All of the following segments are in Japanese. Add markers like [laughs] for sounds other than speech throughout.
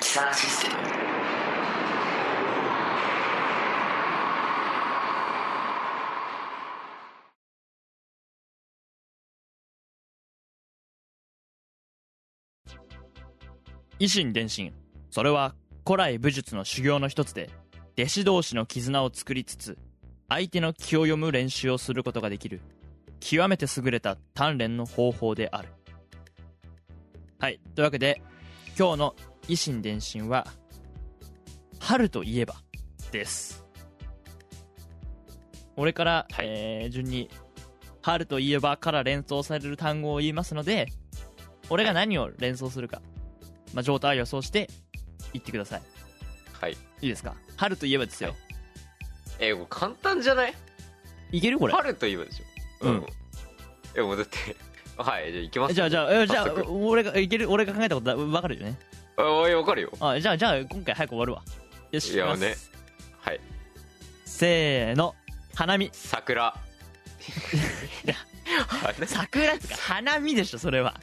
キサーシステム維新伝心それは古来武術の修行の一つで弟子同士の絆を作りつつ相手の気を読む練習をすることができる極めて優れた鍛錬の方法であるはいというわけで今日の維新伝心は春といえばです俺から、えー順に春といえばから連想される単語を言いますので俺が何を連想するかまあ、状態を予想して言ってくださいはいいいですか春といえばですよ、はえー、もう簡単じゃないい、けるこれ春といえばでしょうんえもうだって [laughs] はいじゃあ行きますじゃあじゃあえじゃあ早速俺がいける俺が考えたことだ分かるよねあおいわかるよあじゃあじゃあ今回早く終わるわよしいや行きますねはいせーの花見桜 [laughs] 花桜とか花見でしょそれは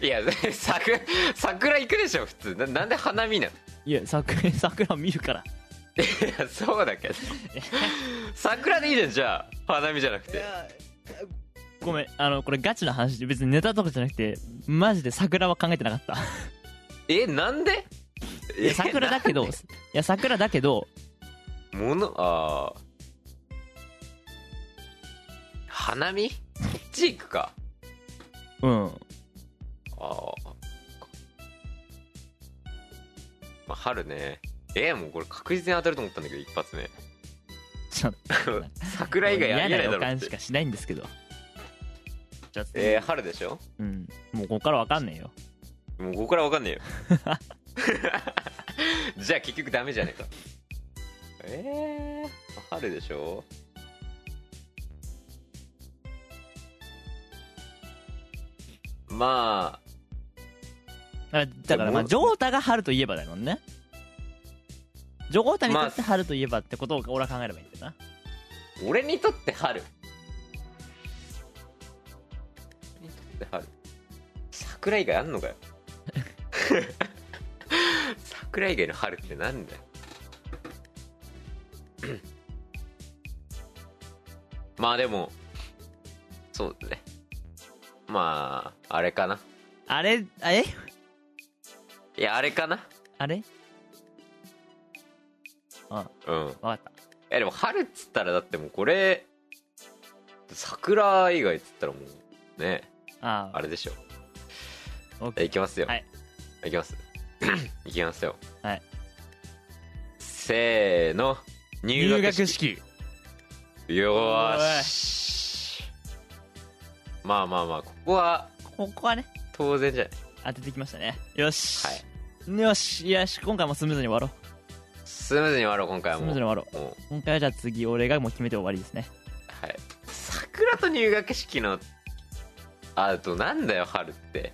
いや [laughs] 桜桜行くでしょ普通ななんで花見なの [laughs] いや桜 [laughs] 桜見るからいやそうだけど桜でいいじゃんじゃあ花見じゃなくてごめんあのこれガチな話で別にネタとかじゃなくてマジで桜は考えてなかったえなんでいや桜だけ [laughs] どいや桜だけどえものあー花見こっち行くかうんああまあ春ねえーもうこれ確実に当たると思ったんだけど一発目ちょっと桜以外ありえな嫌いなだ予ろう感っしてかしないんですけどじゃあえー、春でしょうんもうここからわかんねえよもうここからわかんねえよ [laughs] じゃあ結局ダメじゃねえかえー、春でしょまああだからまあでもジョータが春といえばだもんねジョータにとって春といえばってことを俺は考えればいいんだよな俺にとって春俺にとって春桜以外あんのかよ桜以外の春ってなんだよまあでもそうだねまああれかなあれあえいやあれかなあれうんいわかっやでも春っつったらだってもうこれ桜以外っつったらもうねたあああれでしょオッじゃあケーいきますよ。はい。いきます。 [clears throat] いきますよ。はい。せーの。入入学学式。式よーし。まあまあまあ、ここはここはね当然じゃない。当ててきましたねよし、はい。よしよし今回もスムーズに終わろスムーズに終わろう、今回うはスムーもズう。に終わろうもう今回はじゃあ次俺がもう決めて終わりですねはい。桜と入学式の、あとなんだよ、春って。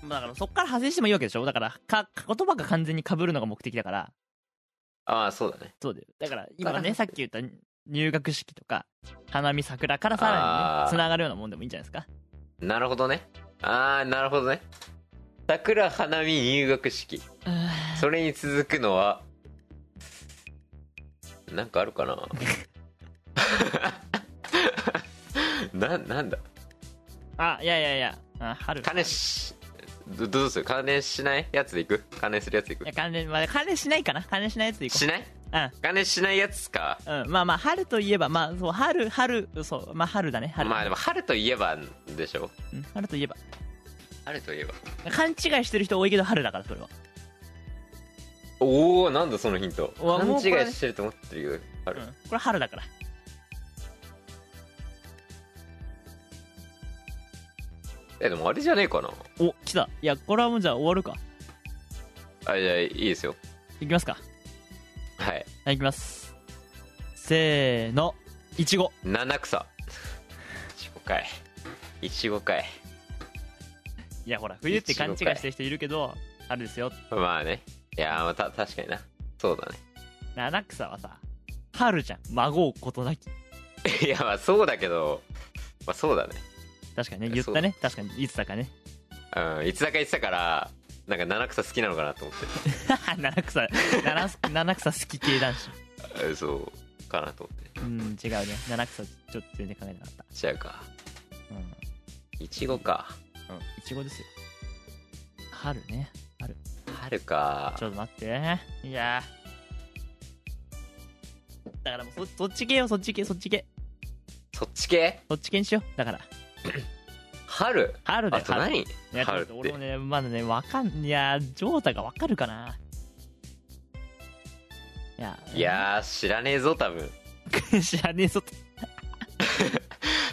まあだからそっから派生してもいいわけでしょだからか言葉が完全に被るのが目的だからああ、そうだね。そうだよだから今だかねらさっき言った入学式とか花見桜からさらにあーねつながるようなもんでもいいんじゃないですかなるほどね。ああ、なるほどね。桜、花見、入学式。それに続くのはなん [laughs] かあるかなななんだあいやいやいやあ春金しどどうする金しないやつでいく金するやつでいくいや関連まあ関連しないかな関連しないやつでいこしないお金しないやつかうん、まあまあ春といえばまあそう春春そうまあ春だね春、まあでも春といえばでしょうん春といえば春といえば勘違いしてる人多いけど春だからそれはおおなんだそのヒントうわ勘も違ういこれしてると思ってるよう春んこれ春だからえでもあれじゃねえかなお来たいやこれはもうじゃあ終わるかあじゃあいいですよいきますかはいはいいきますせーのいちご七草いちごかいいちごかいいやほら冬って勘違いしてる人いるけど春ですよまあねいやーまあた確かになそうだね七草はさ春じゃん孫うことなき [laughs] いやまあそうだけどまあそうだね確かにねえ言ったね確かにいつだかね [laughs] うんいつだか言ってたからなんか七草好きなのかなと思っ七草七す [laughs] 七草好き系男子て [laughs] うんそうかなと思ってうん違うね七草ちょっと全然考えてなかっ違うかたうんいちごかうんいちごですよ春ね春かちょっと待っていやーだからもうそそっち系よそっち系そっち系そっち系そっち系にしようだから春春だあよと春何いやちょっ春っと俺てもねまだねわかんいやージョータがわかるか [laughs] ないやいやー知らねえぞ多分知らねえぞと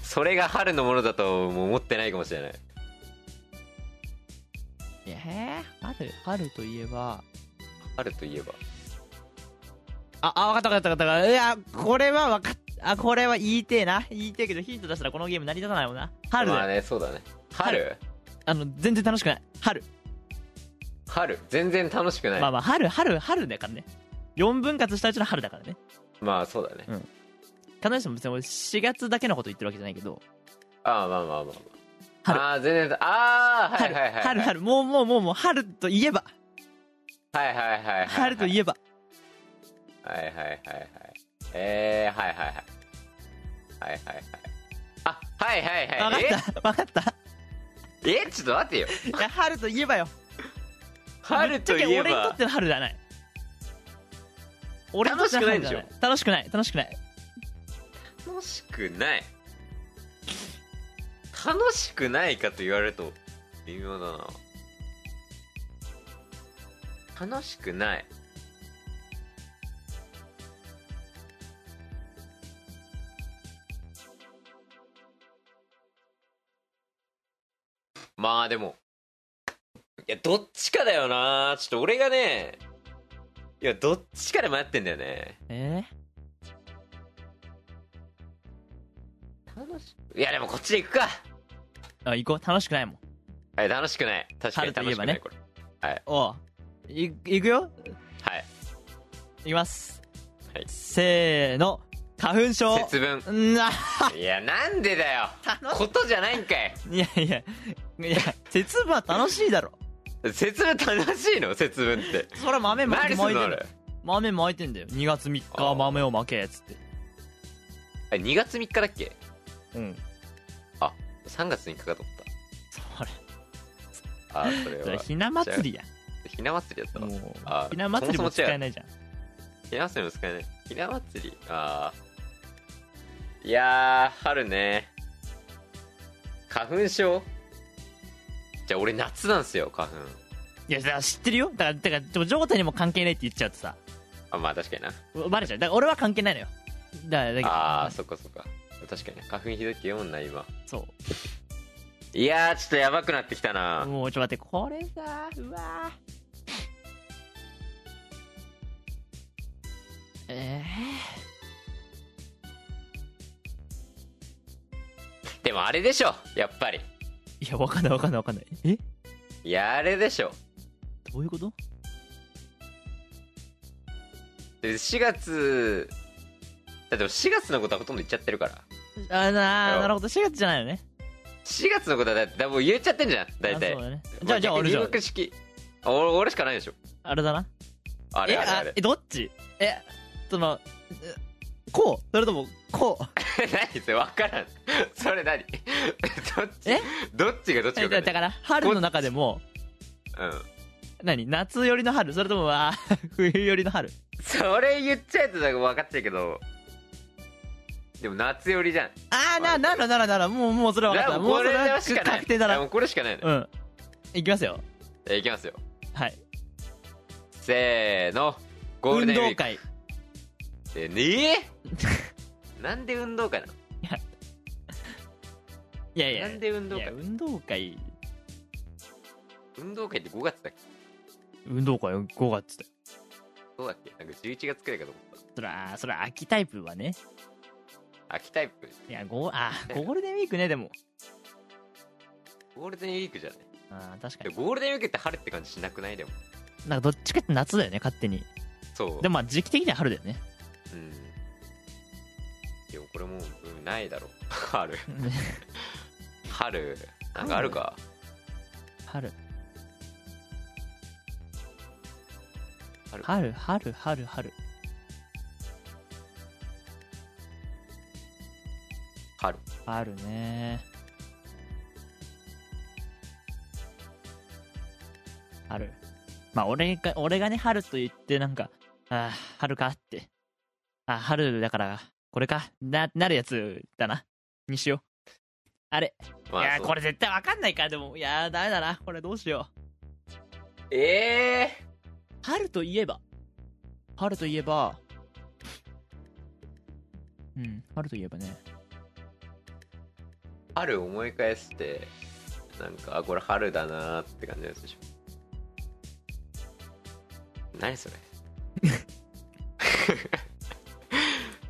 それが春のものだともう思ってないかもしれないえー、春春といえば春といえばああ分かった分かった分かったいやこれは分かっあこれは言いてえな言いてえけどヒント出したらこのゲーム成り立たないもんな春だよまあねそうだね春あの全然楽しくない春春全然楽しくないまあままあ春春春だからね4分割したうちの春だからねあそうだね必ずしも別に俺4月だけのこと言ってるわけじゃないけどああまあまあまあまあ春ああ全然ああはい春、はいはい春春もうもうもうもう春といえばはいはいはいはいはい春といえばはいはいはいはいえー、はいはいはいはいはいはいあはいはい分はかいった分かったええちょっと待てよいや春といえばよ春といぶっちえゃけ俺にとっばての春じゃない俺にとっての春じゃ楽しくないんで楽しくない楽しくない楽しくない楽しくないかと言われると微妙だな楽しくないまあでもいやどっちかだよなちょっと俺がねいやどっちかで迷ってんだよねえ楽しいやでもこっちで行くかー、あ行こう楽しくないもんはい、楽しくない。確か春にとい楽えしくばなねい、これ。おうい行くよはい。いきます、はいせーの花粉症節ん分。ないや、なんでだよ。楽しことじゃないんかい。いやいやいや節分は楽しいだろ節分楽しいの節分って。そら豆まい何てすんだんのあよれ。豆まいてんだよ2月3あー日豆をまけっつってあれ2月3日だっけうん3月3日かと思っそた。あー、それれそれは。ひな祭りやひな祭りだったもわ。うあーひな祭りも使えそもそも違うないじゃんひな祭りも使えない。ひな祭り。あー。いやー、春ね。花粉症じゃあ俺夏なんすよ、花粉。いやだから知ってるよだからだからでもジョータにも関係ないって言っちゃうとさあ、まあ確かにな。バレちゃうだから俺は関係ないのよだからだけどあー、そっかそっか。確かにね花粉ひどいって言うもんな、今。そいやー、ちょっとやばくなってきたうな。もうちょっと待ってこれさうわーえでもあれでしょ、やっぱり。ー、いやわかんないわかんないわかんないえいや、あれでしょ。どういうことで4月、だって4月のことはほとんど言っちゃってるから。あなあうんなるほど4月じゃないのね4月のことはだって、だもう言っちゃってんじゃん、大あ体そう。だねじゃあじゃあま俺じゃ入あ学式。俺俺しかないでしょ。あれだなあえれあれあれ。 [laughs] えどっちえそのえこうそれともこう何それわからん。それ何どっちえどっちがどっちえかだだ分かんない。から春の中でもうん。何夏寄りの春それともあー [laughs] 冬寄りの春それ言っちゃうとなんか分かっちゃうけどでも夏寄りじゃんああなならならならもうもうそれは分かっただもうもこうそれれはしかない確定だいやなもうこれしかないの、うんいきますよえいきますよはいせーのゴー運ルデンウィ動ーク会えね [laughs] えなんで運動会なのいやいやなんで運動いや会運動会運動会って5月だっけ運動会5月だどうだっけなんか11月くらいかと思っそらそら秋タイプはねた秋タイプいやゴーあーゴールデンウィークねでもゴールデンウィークじゃないあー確かでにもゴールデンウィークって春って感じしなくないでもなんかどっちかって夏だよね勝手にそうでもまあ時期的には春だよねうんでもこれもう、うんないだろ [laughs] 春春なんかあるか春春春春春春春春ね春まあ俺が俺がね春と言ってなんかあー春かってあー春だからこれかななるやつだなにしようあれ、まあいやそうこれ絶対わかんないからでもいやーダメだなこれどうしようええ春といえば春といえばうん春といえばね春思い返してなんかあこれ春だなーって感じのやつでしょ何それ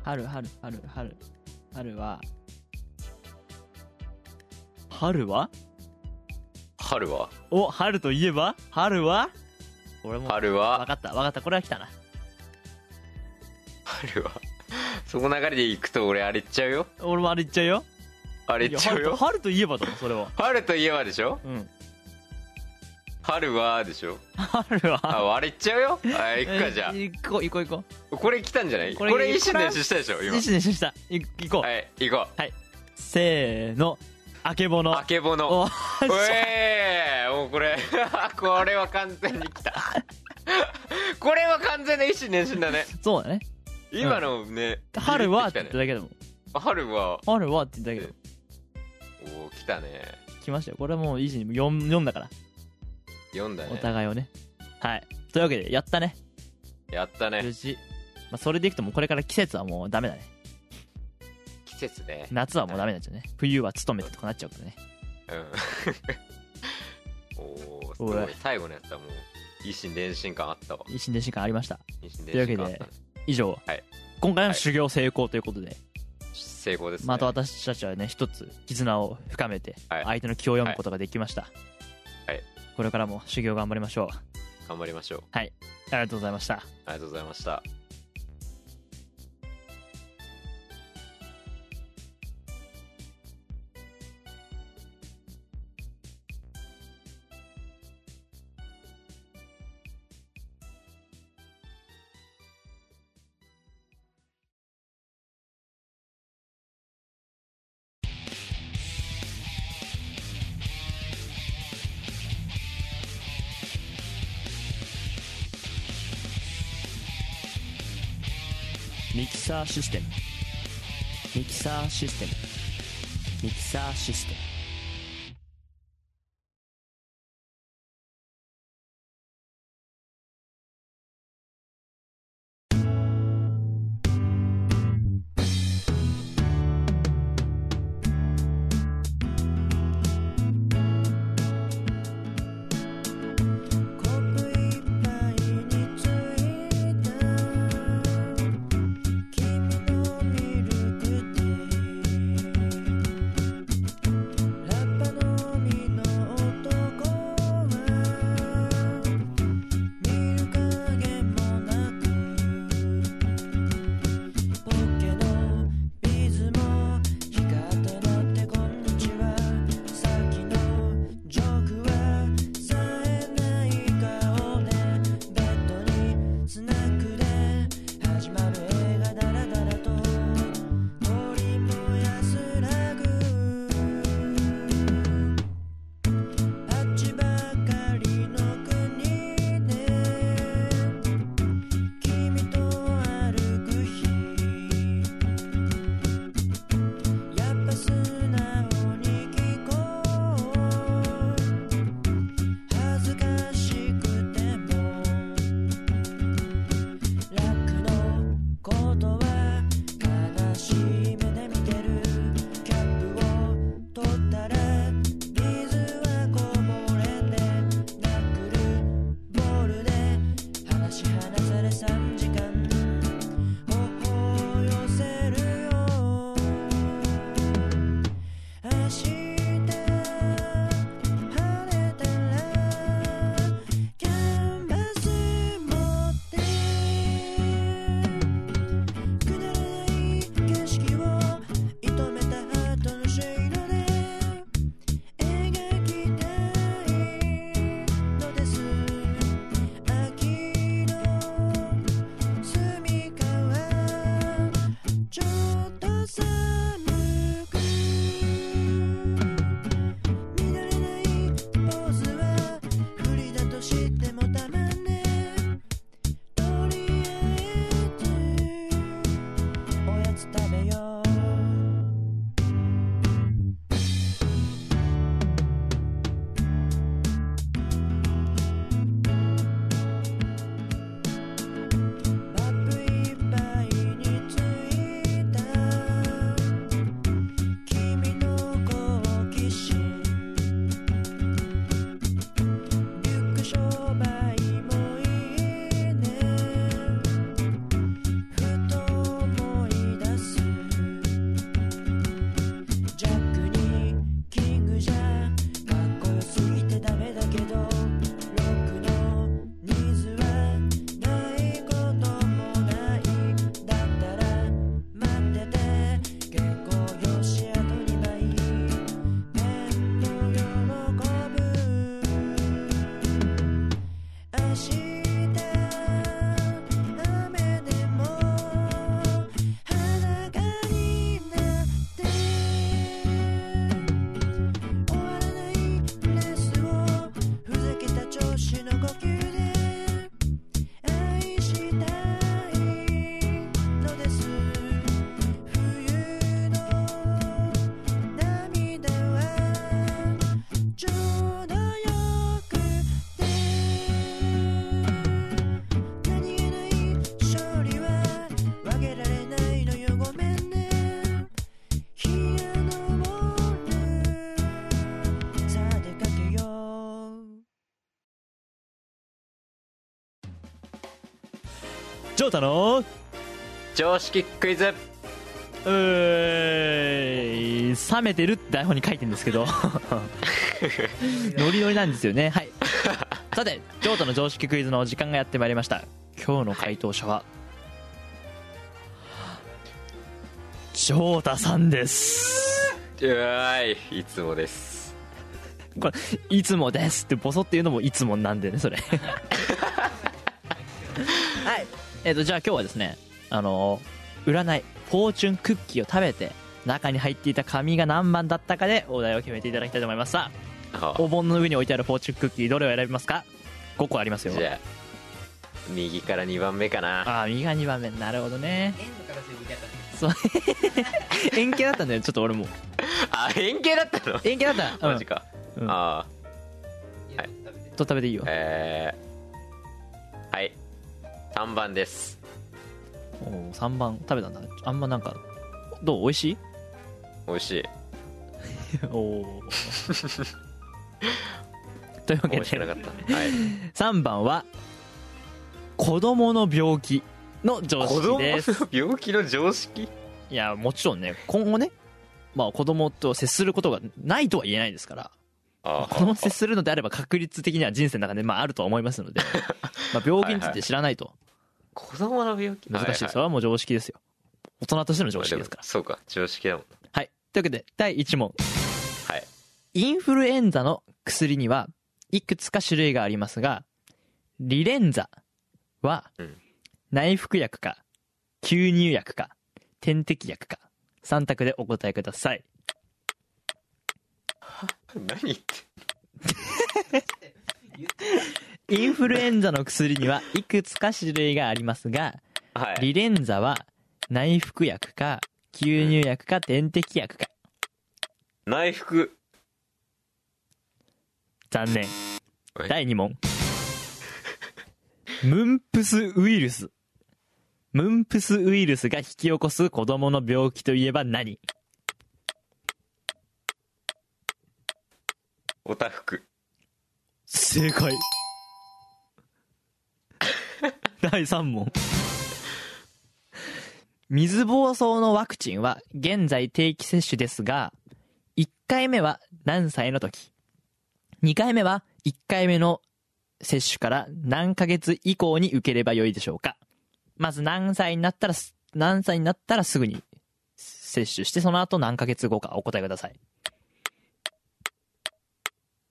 春春春春春は春は春はお春といえば春は俺も春分はかった分かったこれは来たな春はその流れで行くと俺あれ言っちゃうよ俺もあれ言っちゃうよあれいや言っちゃう春とよ春といえばだもんそれは春といえばでしょうん春はでしょ春はああれ言っちゃうよあ行くかじゃえ行こう行こう行こあこれ来たんじゃないここれれ一瞬練習したでしょう今よしよしよしたい行こう、はい行こせーのあけぼうのあけぼのおうえーもうこれ [laughs] これは完全に来た [laughs] これは完全な一心伝心だねそうだね今のね、春はっ来て言たねっただけだもん春は春はって言っただけどおー来たね来ましたよこれはもう維持に 4, 4だから読んだおね互いをねはいというわけでやったねやったね無事、まあ、それでいくともうこれから季節はもうダメだね季節ね夏はもうダメになっちゃうね冬は勤めてとかなっちゃうからねうん [laughs] おーすごおいい最後のやつはもう一心伝心感あったわ一心伝心感ありました一心伝心感あったね以上、はい今回はのい修行成功ということで、成功ですねまた私たちはね一つ絆を深めてはい相手の気を読むことができました、はいこれからも修行頑張りましょう頑張りましょうありがとうございましたありがとうございましたミキサーシステムミキサーシステムミキサーシステム「コップ一杯についた」「君のミルクティー」翔太の常識クイズうーい冷めてるって台本に書いてるんですけどノリノリなんですよねはいさて京都の常識クイズの時間がやってまいりました今日の回答者は翔太さんですうわーいいつもですこれいつもですってボソっていうのもいつもなんでね [laughs] それはいえっ、とじゃあ今日はですねあの占いフォーチュンクッキーを食べて中に入っていた紙が何番だったかでお題を決めていただきたいと思いますさああお盆の上に置いてあるフォーチュンクッキーどれを選びますか5個ありますよじゃあ右から2番目かなああ右が2番目なるほどね円の形で見たかったそう円形だったんだよちょっと俺もあ円形だったの円形だった、うんマジか、うんああはい食べてと食べていいよえー、はい3番ですお3番食べたんだあんまなんかどう美味しい美味しいおお [laughs] というわ美け味しくなかでった、はい、 3番は子供の病気の常子識供のです病気の常識いやもちろんね今後ねまあ子供と接することがないとは言えないですからまああ子供と接するのであれば確率的には人生の中でまああるとは思います [laughs] のでまあ病気について知らないと子供の病気難しいですそはれはもう常識ですよ大人としての常は識ですからそうか常識だもんはいというわけで第1問はいインフルエンザの薬にはいくつか種類がありますがリレンザはうん内服薬か吸入薬か点滴薬か3択でお答えください何言ってインフルエンザの薬にはいくつか種類がありますがはいリレンザは内服薬か吸入薬か点滴薬か内服残念はい第2問ムンプスウイルスムンプスウイルスが引き起こす子供の病気といえば何おたふく正解第3問水疱瘡のワクチンは現在定期接種ですが1回目は何歳の時2回目は1回目の接種から何ヶ月以降に受ければよいでしょうかまず何歳になったらす何歳になったらすぐに接種してその後何ヶ月後かお答えください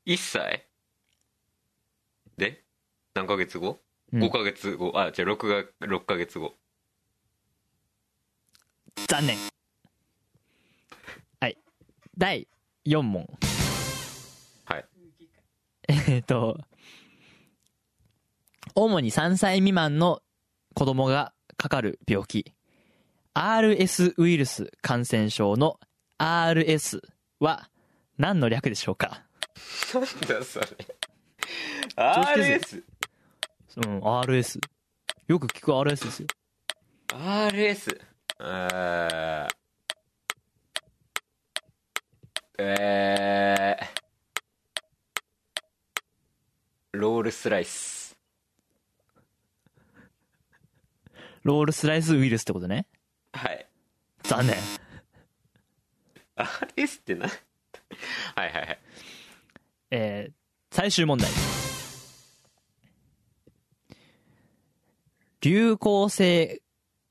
1歳で何ヶ月後、うん5ヶ月後あじゃあ6が六ヶ月後残念はい第4問 [laughs] はい [laughs] えっと主に3歳未満の子供がかかる病気 RS ウイルス感染症の RS は何の略でしょうかなんだそれ常 RSRS うん RS よく聞く RS ですよ RS えーえーロールスライスロールスライスウイルスってことねはい残念 RS ってなはいはいはいえー最終問題流行性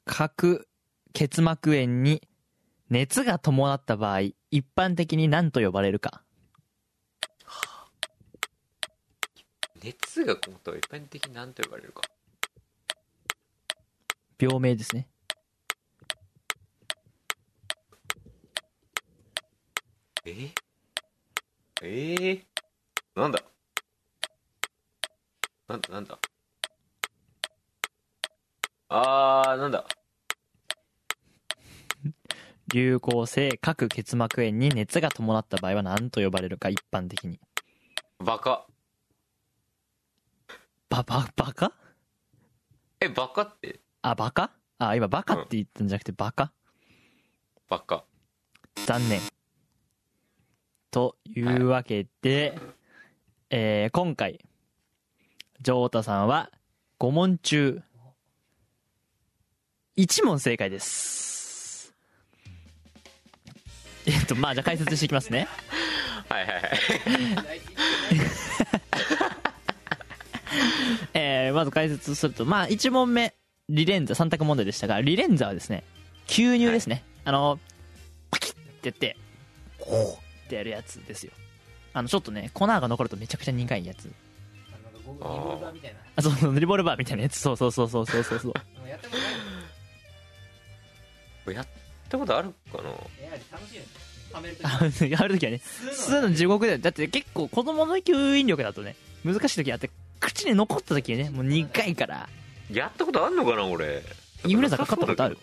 核結膜炎に熱が伴った場合一般的に何と呼ばれるか熱がこもったら一般的に何と呼ばれるか病名ですねええー、なんだなんだなんだあーなんだ流行性核結膜炎に熱が伴った場合は何と呼ばれるか一般的にバカバババカえバカってあバカあ今バカって言ったんじゃなくてバカバカ残念というわけで、えー今回ジョータさんは5問中1問正解です。えっと、まあ、じゃあ解説していきますね。はいはいはい。えーまず解説すると、まあ、1問目、リレンザ、3択問題でしたが、リレンザはですね、吸入ですね。あの、パキッってやって、こうってやるやつですよ。あの、ちょっとね、粉が残るとめちゃくちゃ苦いやつ。あのなんかゴムリボルバーみたいなあ、そうそう、リボルバーみたいなやつ。そうそうそうそうそうそう [laughs] そう。もうやったことないもんこれやったことあるかなエアリ楽しいよねはめるときあやるときはね、吸うの地獄だよ。だって結構子供の吸引力だとね、難しいときあって、口に残ったときね、もう苦いから。やったことあるのかな俺。インフルエンザかかったことある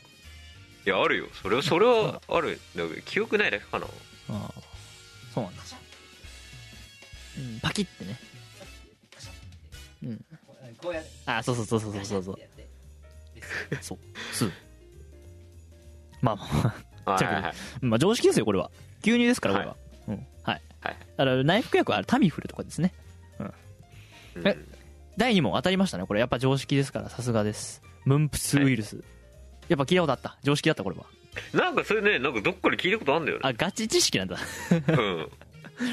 いや、あるよ。それは、それはある。だけど記憶ないだけかな。ああそうなんですよ、うん、パキってねこうやってああそうそうそうそうそうそうそうやってそうそうまあまあまあ、 [laughs] はいじゃはあいはい。まあ、常識ですよこれは牛乳ですからこれは、はうんはいはいだから内服薬はタミフルとかですねうんえ第2問当たりましたねこれやっぱ常識ですからさすがですムンプスウイルス、やっぱ聞いたことあった常識だったこれはなんかそれね、なんかどっかで聞いたことあるんだよね。あガチ知識なんだ [laughs] うん。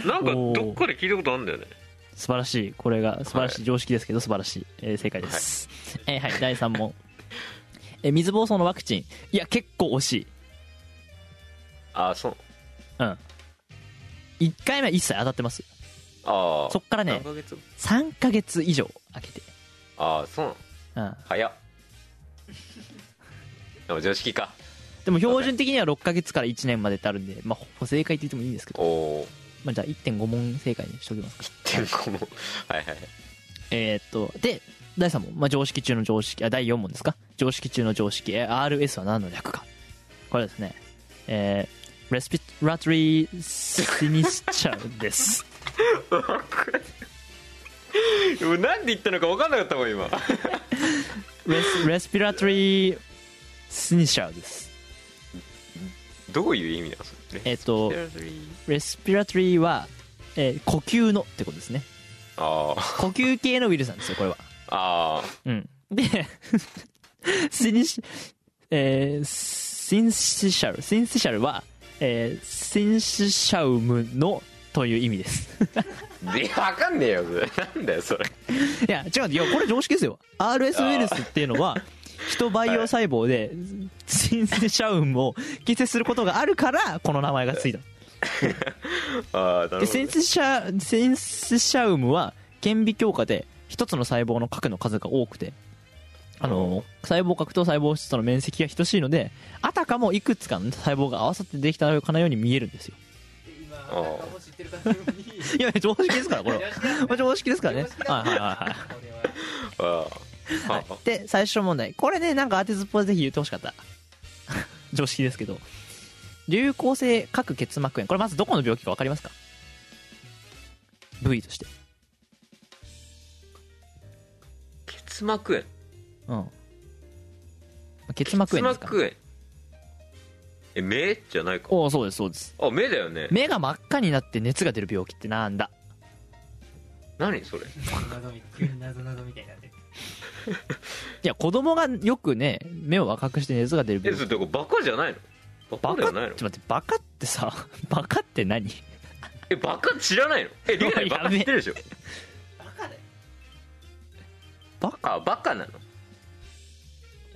なんかどっかで聞いたことあるんだよね。素晴らしいこれが素晴らしい常識ですけど素晴らしい、えー正解です、えーはい第3問えー水疱瘡のワクチンいや結構惜しいあ、そう。 1回目は一切当たってますああ。そっから何ねヶ月後3ヶ月以上空けてああ、そう。うん早っ。でも常識か。でも標準的には6ヶ月から1年までってあるんでまあほぼ正解って言ってもいいんですけど、おお。まあ、じゃあ1.5問正解にしておきますか天候も。はいはい。えーっとで第3問、まあ、常識中の常識あ第4問ですか常識中の常識えー RS は何の略かこれですねえーレスピラトリー・シニスチャーです [laughs] [laughs] でもなんで言ったのか分かんなかったもん、今。レスレスピラトリー・シニスチャーですどういう意味なんですかえーっとレスピラトリーは、えー呼吸のってことですねああ。呼吸系のウイルスなんですよこれはああ。うんで [laughs] シニシえーシンシシャルシンシシャルは、えーシンシシャウムのという意味です [laughs] で、わかんねえよ、それ。なんだよ、それ。いや違うんですよこれ常識ですよ RS ウイルスっていうのは人培養細胞でシンシシャウムを結成することがあるからこの名前がついたああ、なでるセンスシャセンスシャウムは顕微鏡下で一つの細胞の核の数が多くてあの細胞核と細胞質との面積が等しいのであたかもいくつかの細胞が合わさってできたかのように見えるんですよ今なんかもう知ってるかのように [laughs] いや常識ですからこれ常は識 [laughs] 常識でだよねすからね常識だよはいねはいはいはいこれほど。はああ。はで最初の問題これねなんか当てずっぽうでぜひ言ってほしかった [laughs] 常識ですけど流行性各結膜炎これまずどこの病気か分かりますか部位として結膜炎。うん結膜炎ですか結膜炎え目じゃないかおおそうですそうですあ目だよね目が真っ赤になって熱が出る病気ってなんだ何それ謎み急に謎謎みたいになってるいや子供がよくね目を赤くして熱が出るえ病そ気れどこバカじゃないのババカちょっとカではないの待ってバカってさ [laughs] バカって何 [laughs] えバカ知らないのえリュウダイやバべカ知ってるでしょバカだよあバカなの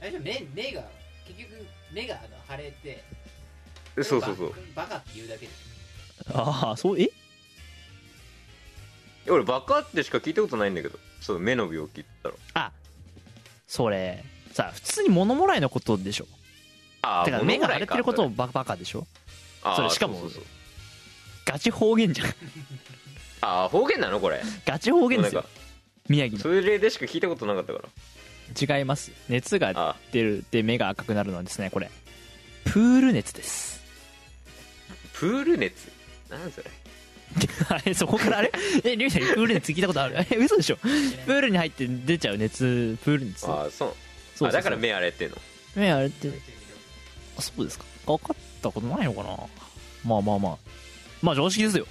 あれでも目目が結局目があの腫れてえそうそうそうバカって言うだけでああそうええ俺バカってしか聞いたことないんだけどそう目の病気って言っあそれさ普通に物もらいのことでしょたらあてか目が腫腫れてることをババカでしょそれしかもそうそうそうガチ方言じゃん [laughs] あー方言なのこれガチ方そ言でうなんすよか宮城それでしか聞いたことなかったからの違います熱があ出るで目が赤くなるのはですねこれプール熱ですプール熱なんそれあれそこからあれ [laughs] えリュウちゃんプール熱聞いたことある [laughs] え嘘でしょプールに入って出ちゃう熱プール熱そうあーそうそうそうあだから目荒れてんの目あれってあそうですか分かったことないのかなまあまあまあまあ常識ですよ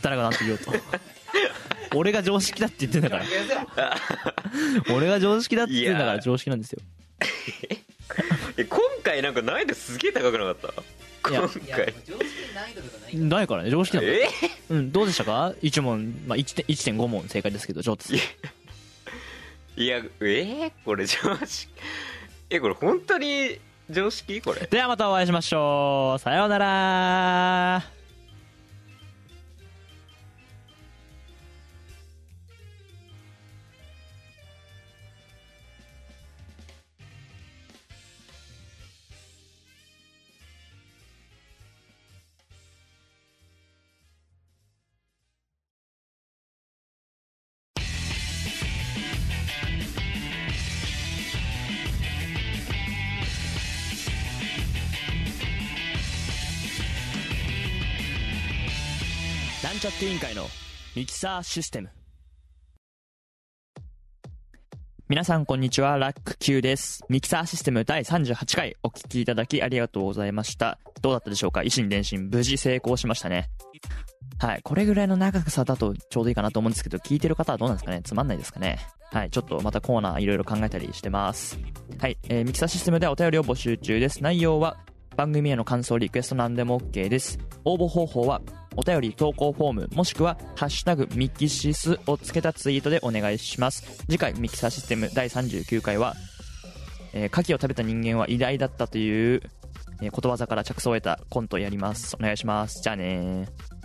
誰がなんて言おう [laughs] と俺が常識だって言ってんだからやめろ俺が常識だって言ってんだかいらや常識なんですよええ今回なんか難易度すげえ高くなかったいや今いや、回常識に難易度とかないから。ないからね常識なのえうんどうでしたか1問、まあ、1.- 1.5問正解ですけどちょっといやえーこれ常識えこれ本当に常識これではまたお会いしましょうさようならなんちゃって委員会のミキサーシステム皆さんこんにちはラック Q ですミキサーシステム第38回お聞きいただきありがとうございましたどうだったでしょうか維新伝心無事成功しましたねはいこれぐらいの長さだとちょうどいいかなと思うんですけど聞いてる方はどうなんですかねつまんないですかねはいちょっとまたコーナーいろいろ考えたりしてますはい、えーミキサーシステムではお便りを募集中です内容は番組への感想リクエストなんでも OK です応募方法はお便り投稿フォームもしくは「ハッシュタグミキシス」をつけたツイートでお願いします次回ミキサーシステム第39回は「えー、牡蠣を食べた人間は偉大だった」という、えーことわざから着想を得たコントをやりますお願いしますじゃあねー